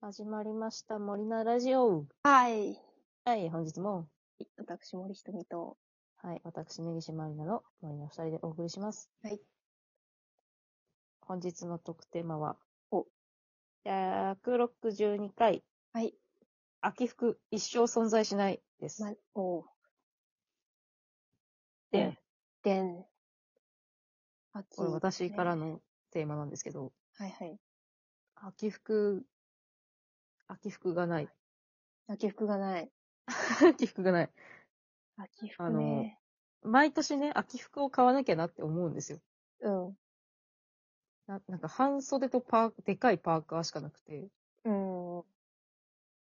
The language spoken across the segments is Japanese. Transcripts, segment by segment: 始まりました、森菜ラジオ。はい。はい、本日も、私、森ひとみと。はい、私、根岸まりなの森の二人でお送りします。はい。本日の特テーマは、お162回、はい。秋服一生存在しないです。ま、おう。で、でん。秋、これ私から。のテーマなんですけど、はいはい。秋服、秋服がない。秋服がない。 秋服がない。秋あ服のね。毎年ね、秋服を買わなきゃなって思うんですよ。ななんか半袖とパー、でかいパーカーしかなくて。うん。うん。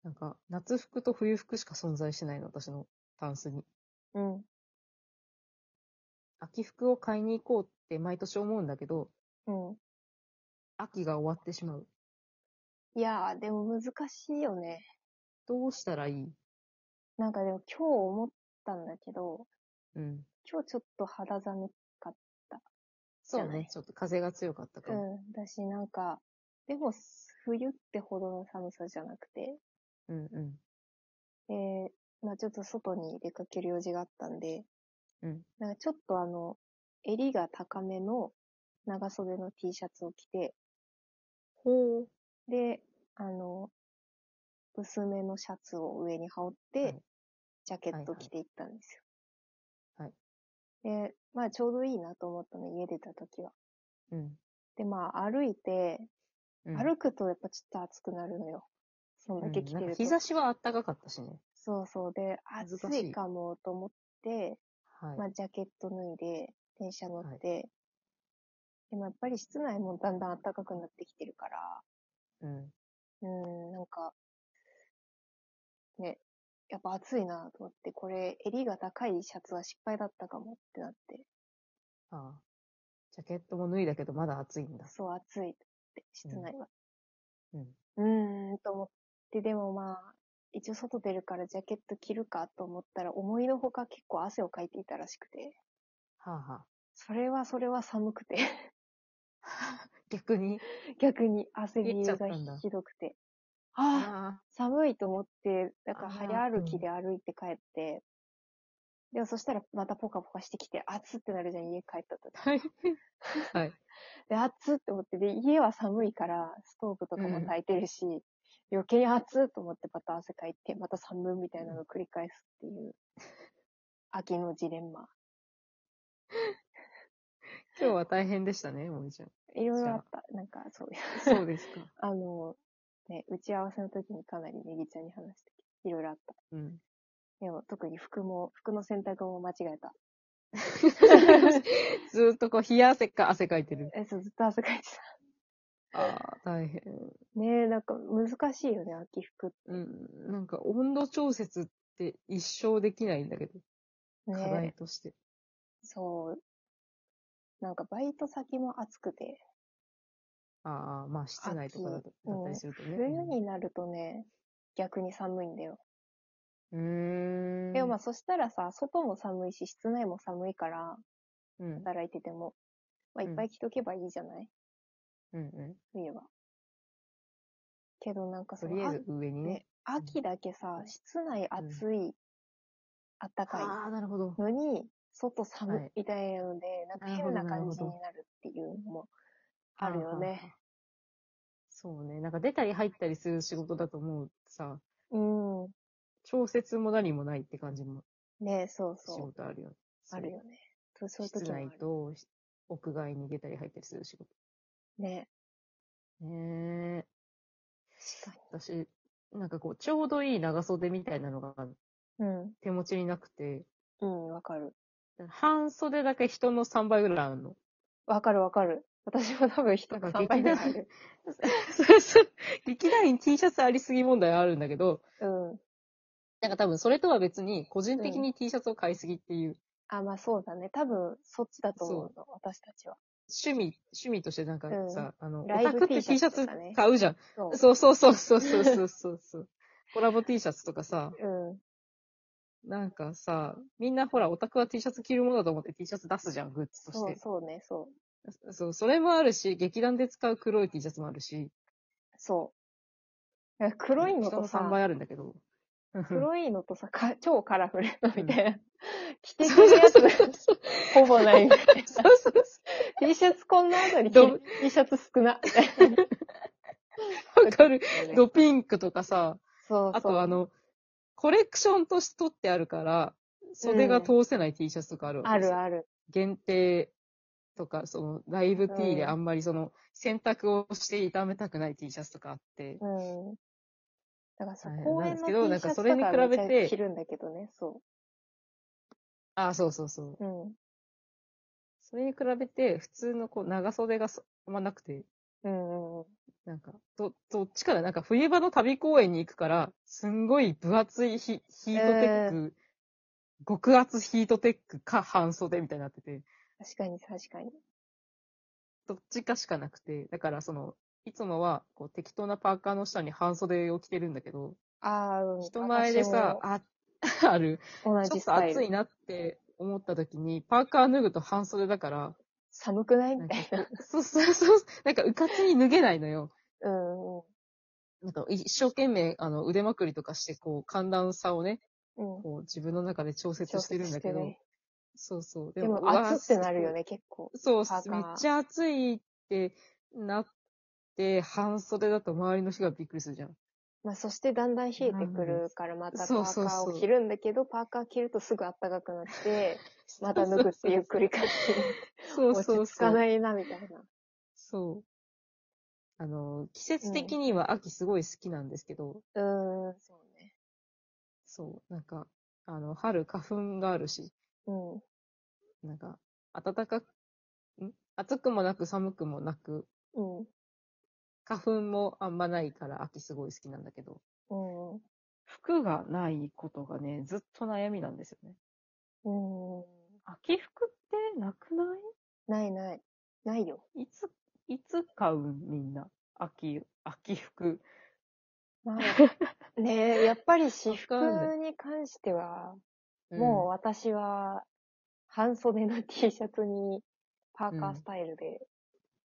なんか、夏服と冬服しか存在しないの、私のタンスに。うん。秋服を買いに行こうって毎年思うんだけど、うん。秋が終わってしまう。いやー、でも難しいよね。どうしたらいいなんかでも今日思ったんだけど、うん。今日ちょっと肌寒かっそうじゃなねい。ちょっと風が強かったた。かうら。ん。だし、なんか、でも冬ってほどの寒さじゃなくて、うんうん。えー、まあちょっと外に出かける用事があったんで、うん。なんかちょっとあの、襟が高めの長袖の T シャツを着て、ほう。で、あの、薄めのシャツを上に羽織って、はいジャケットはいはい着ていったんですよ。はいで、まあちょうどいいなと思ったの、家出た時は。うん。で、まあ歩いて、うん歩くとやっぱちょっと暑くなるのよ。そんだけ着てうんなんかると。日差しは暖かかったしね。そうそう。で、難しい暑いかもと思って、はい。まあ、ジャケット脱いで、電車乗って、でもやっぱり室内もだんだん暖かくなってきてるから、うん。うん、なんか、ね、やっぱ暑いなと思って、これ、襟が高いシャツは失敗だったかもってなって、ああ。ジャケットも脱いだけど、まだ暑いんだ。そう暑いって、室内は。うん。うーん、と思って、でもまあ、一応外出るからジャケット着るかと思ったら、思いのほか結構汗をかいていたらしくて、はあはあ。それはそれは寒くて、 逆に。逆に汗び冷ええちゃっがたんだひどくて。ああ、あ寒いと思って、だかあーら早歩きで歩いて帰って、でもそしたらまたポカポカしてきて、暑ってなるじゃん、家帰ったと。あ。はい。 はい。 で、暑って思って、で、家は寒いから、ストーブとかも焚いてるし、余計暑と思ってまた汗かいて、また寒いみたいなのを繰り返すっ ていう、秋のジレンマ。今日は大変でしたね、森ちゃん。いろいろあった。なんか、そういう。そうですか。あの、ね、打ち合わせの時にかなりネギちゃんに話して、いろいろあった。 うん。 でも、特に服も、服の選択も間違えた。ずーっとこう、冷や汗か汗かいてる。え、そう、ずっと汗かいてた。ああ、大変。ねえ、なんか難しいよね、秋服っうん。なんか温度調節って一生できないんだけど、て課ね題。として。そう。なんかバイト先も暑くて、ああ、まあ室内とかだと秋だったりするとね。冬になるとね、逆に寒いんだよ。うん。うーん。でもまあそしたらさ、外も寒いし、室内も寒いから、うん、働いてても、まあいっぱい着とけばいいじゃない、うん、うん。冬は。けどなんかとそりのあえず上にね。あ秋だけさ、室内暑い、あったかい。ああ、なるほど。のに、外寒はいいみたいなので、なんかなるほ変どな感じなるほどになるっていうのもあるよはあはあはね。あ。そうね。なんか出たり入ったりする仕事だと思うとさ、うん。調節も何もないって感じもねそう仕そう。事あるよね。あるよね。そうそういう室時もあ内る。と屋外に出たり入ったりする仕事。ねねえ。確か私、なんかこう、ちょうどいい長袖みたいなのがに。手持ちになくて、うん。うん、わかる。半袖だけ人の3倍ぐらいあるの。わかるわかる。私も多分人なんがか3倍ぐらいある。そうそう。劇団員 T シャツありすぎ問題あるんだけど、うん。なんか多分それとは別に、個人的に T シャツを買いすぎっていう、あ、まあそうだね。多分、そっちだと思うの。私たちは。趣味、趣味としてなんかさ、あの、オライタブクって T T シシャャツツとかね買うじゃん。そう。そうそうそうそうそうそうそうそう。コラボ T シャツとかさ、うん。なんかさ、みんなほら、オタクは T シャツ着るものだと思って T シャツ出すじゃん、グッズとしそうて。そうね、そう。そう、それもあるし、劇団で使う黒い T シャツもあるし、そや黒いの人とのさ3、倍あるんだけど。黒いのとさ、か超カラフルなみたいな。着てそうくるやつそうがそうそう。ほぼないみたいな。そうそうそう T シャツこんなあたり、ど T シャツ 少な。わかる。 ドピンクとかさ、そうそう。あとあの、コレクションとして取ってあるから、袖が通せない T シャツとかあるわあけですよるある。限定とか、その、ライブ T でうんあんまりその、選択をして痛めたくない T シャツとかあって、うん。だからさ、はい公なん園ですのけど T なんシかャツそとれにか比べてめっちゃ着るんだけどね、そあ、そうそうそう。う。うん。それに比べて、普通のこう、長袖がそあんまなくて、うんうんうん。なんか、ど、どっちかだ、なんか冬場の旅公園に行くから、すんごい分厚いヒヒートテック、極厚ヒートテックか半袖みたいになってて、確かに確かに。どっちかしかなくて、だからその、いつもはこう適当なパーカーの下に半袖を着てるんだけど、ああ、うん人前でさ、あ、あ る、私も同ちょじっスとタイ暑いル。なって思った時に、パーカー脱ぐと半袖だから、寒くないなみんたかいこう、そうそうそう、なんかうかつに脱げないのよ。な。 うんうんなんか一生懸命あの腕まくりとかして、こう寒暖差をね、うん。こう自分の中で調節してるんだけど、調節してねそうそう。でも、うわ暑ってなるよね、結構。そう、パーカーめっちゃ暑いってなって、半袖だと周りの人がびっくりするじゃん。まあ、そしてだんだん冷えてくるから、またパそうーそうそうカーを着るんだけど、パーカー着るとすぐ暖かくな って、また脱ぐっていう繰り返し。そう落そうそう。ち着かないな、みたいな。そう。あの、季節的には秋すごい好きなんですけど、うーん、そうね。そう、なんか、あの、春花粉があるし、うん。なんか、暖かく、ん暑くもなく寒くもなく、うん。花粉もあんまないから秋すごい好きなんだけど、うん。う服がないことがね、ずっと悩みなんですよね。ん。秋服ってなくなないない。ないよ。いいつ、いつ買うみんな。秋、秋服。 ないねえ、やっぱり私服わかんなに関しては、もう私は、半袖の T シャツに、パーカースタイルで、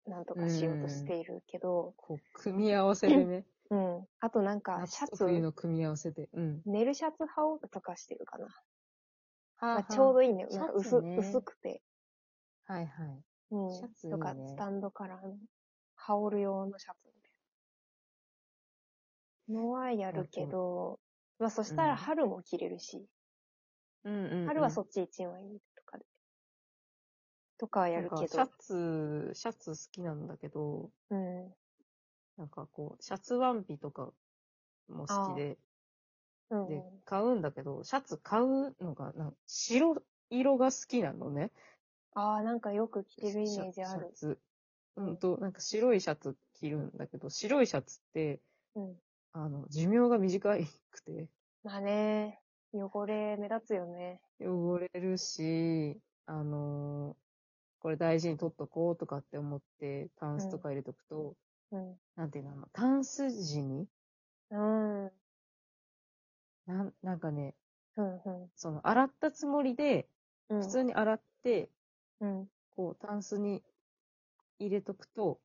なんとかしようとしているけど、こう、組み合わせでね。うん。あとなんか、シ夏ャと冬ツ、の組み合わせで。うん。寝るシャツ羽織るとかしてるかな。はまあちょうど。どいいね。なんかシャ薄、ツね薄くて。はいはい。うん。シャツいいねとか、スタンドからの羽織る用のシャツみたいな。のはやるけど、まあそしたうんら春も着れるし、うんうん、春はそそっち一枚とかで。とかはやるけシャど、ツ、シャツ好きなんだけど、うん。なんかこう、シャツワンピとかも好きで、うんで、買うんだけど、シャツ買うのが、なん白色が好きなのね。ああ、なんかよく着てるイメージあるシャ。ツ。うんと、なんか白いシャツ着るんだけど、白いシャツって、うん。あの、寿命が短いくて、 まあね、汚れ目立つよね。汚れるし、あのーこれ大事に取っとこうとかって思って、タンスとか入れとくと、うん。なんていうの、あのタンス時に、うん。うん、なん、なんかね、うその、洗ったつもりで、ん。普通に洗って、うん。うん。こう、タンスに入れとくと、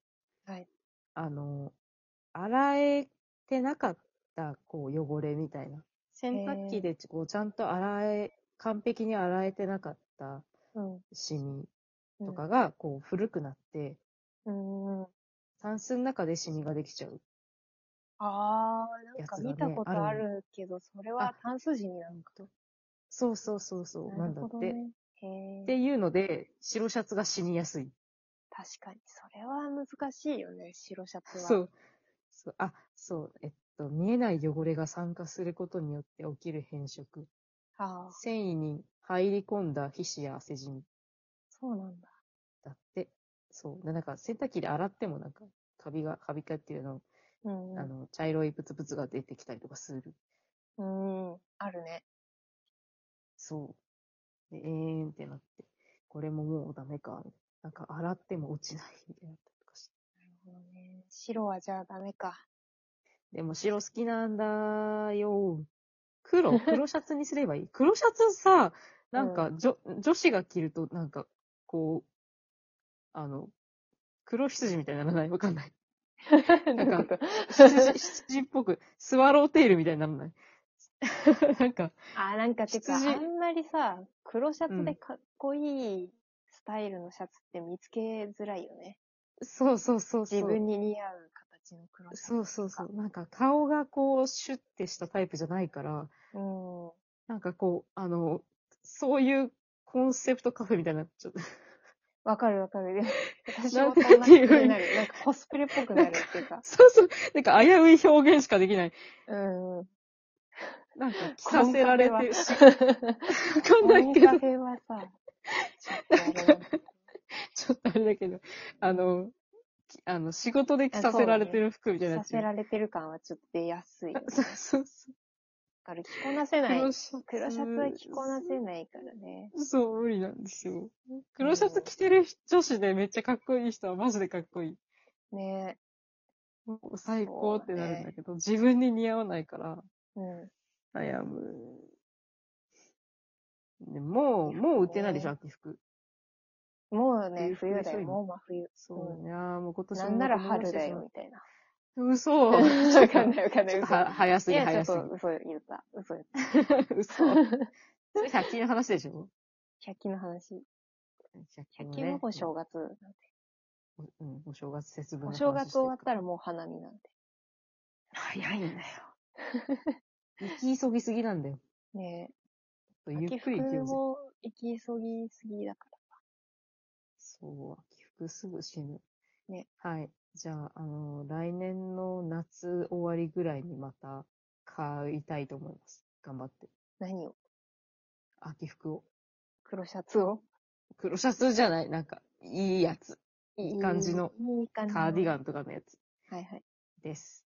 はい。あの、洗えてなかった、こう、汚れみたいな。洗濯機で、こう、ちゃんと洗え、完璧に洗えてなかったうん。シミうんとかが、こう、古くなって、うん。うんタンスの中でシミができちゃう。ああ、なやんかつがね見たことあるけど、それはあ単数字になるのか。そうそうそうそう、なんだほっどて。ね。へっえ。ていうので、白シャツが死にやすい。確かに、それは難しいよね、白シャツは。そう。そうあ、そう。えっと、見えない汚れが酸化することによって起きる変色。ああ、繊維に入り込んだ皮脂や汗じみそうなんだ。だって。そう。でなんか洗濯機で洗ってもなんか、カビが、カビかっていうの、うんあの、茶色いプツプツが出てきたりとかする。うん。うん。あるね。そう。で、えーんってなって。これももうダメか。なんか洗っても落ちないみたいになったりとかして。なるほどね白はじゃあダメか。でも白好きなんだよ。 黒、黒シャツにすればいい。黒シャツさ、なんか、じょ、女子が着ると、なんか、こう、あの、黒羊みたいにならないわかんない。なんかどういうこと羊、羊っぽく、スワローテールみたいにならない なんか、 あ、なんかてか、あ羊んまりさ、黒シャうツんでかっこいいスタイルのシャツって見つけづらいよね。そうそうそうそう。自分に似合う形の黒シャツ。そうそうそう。なんか顔がこう、シュッてしたタイプじゃないから、うん。なんかこう、あの、そういうコンセプトカフェみたいになっちゃう。 わかるわかる。でも私なんもてそんな風いうになる。なんかコスプレっぽくなるっていうか。そうそう。なんか危うい表現しかできない。うん。なんか着させられて、わかんモないニけどカ、フェはさ、ちょっとあれなんだちょっとあれだけど、あの、きあの、仕事で着させられてる服みたい着になさっちゃせう。られてる感はちょっと出やすい。わそうそうそう。かる。着こなせない。シャツ黒シャツは着こなせないからね。そう、無理なんですよ。黒シャツ着てる女子でめっちゃかっこいい人はマジでかっこいい。ねもう最高ってなるんだけど、自分に似合わないからうん。悩む。でもう、もう売ってないでしょ、秋服。もうね、冬冬だそうよ。いうのもう真冬。そうだね。あーもう今年もなんなら残り春してだしまよ、うみたいな。嘘。 わかんないわかんなちい。ょっと嘘。は早すいぎ、や、早ちすょっと嘘言った。嘘言っぎ。嘘。 それ100均の話でしょた。100均の話。100均もお正月なんで。うん、お正月節分おの話正月終わっしてたらもう花見なんで。る早いん だよ。行き急ぎすぎなんだよ。ねちょっえ。とゆっくり行秋きよ服うぜ。も行き急ぎすぎだかそう、秋服すぐ死ぬ。ね。はい。じゃあ、あの、来年の夏終わりぐらいにまた買いたいと思います。頑張って。ら。何を秋服を。黒シャツを黒シャツじゃない、なんか、いいやつ。いい感じのいい感じのカーディガンとかのやつはいはい。です。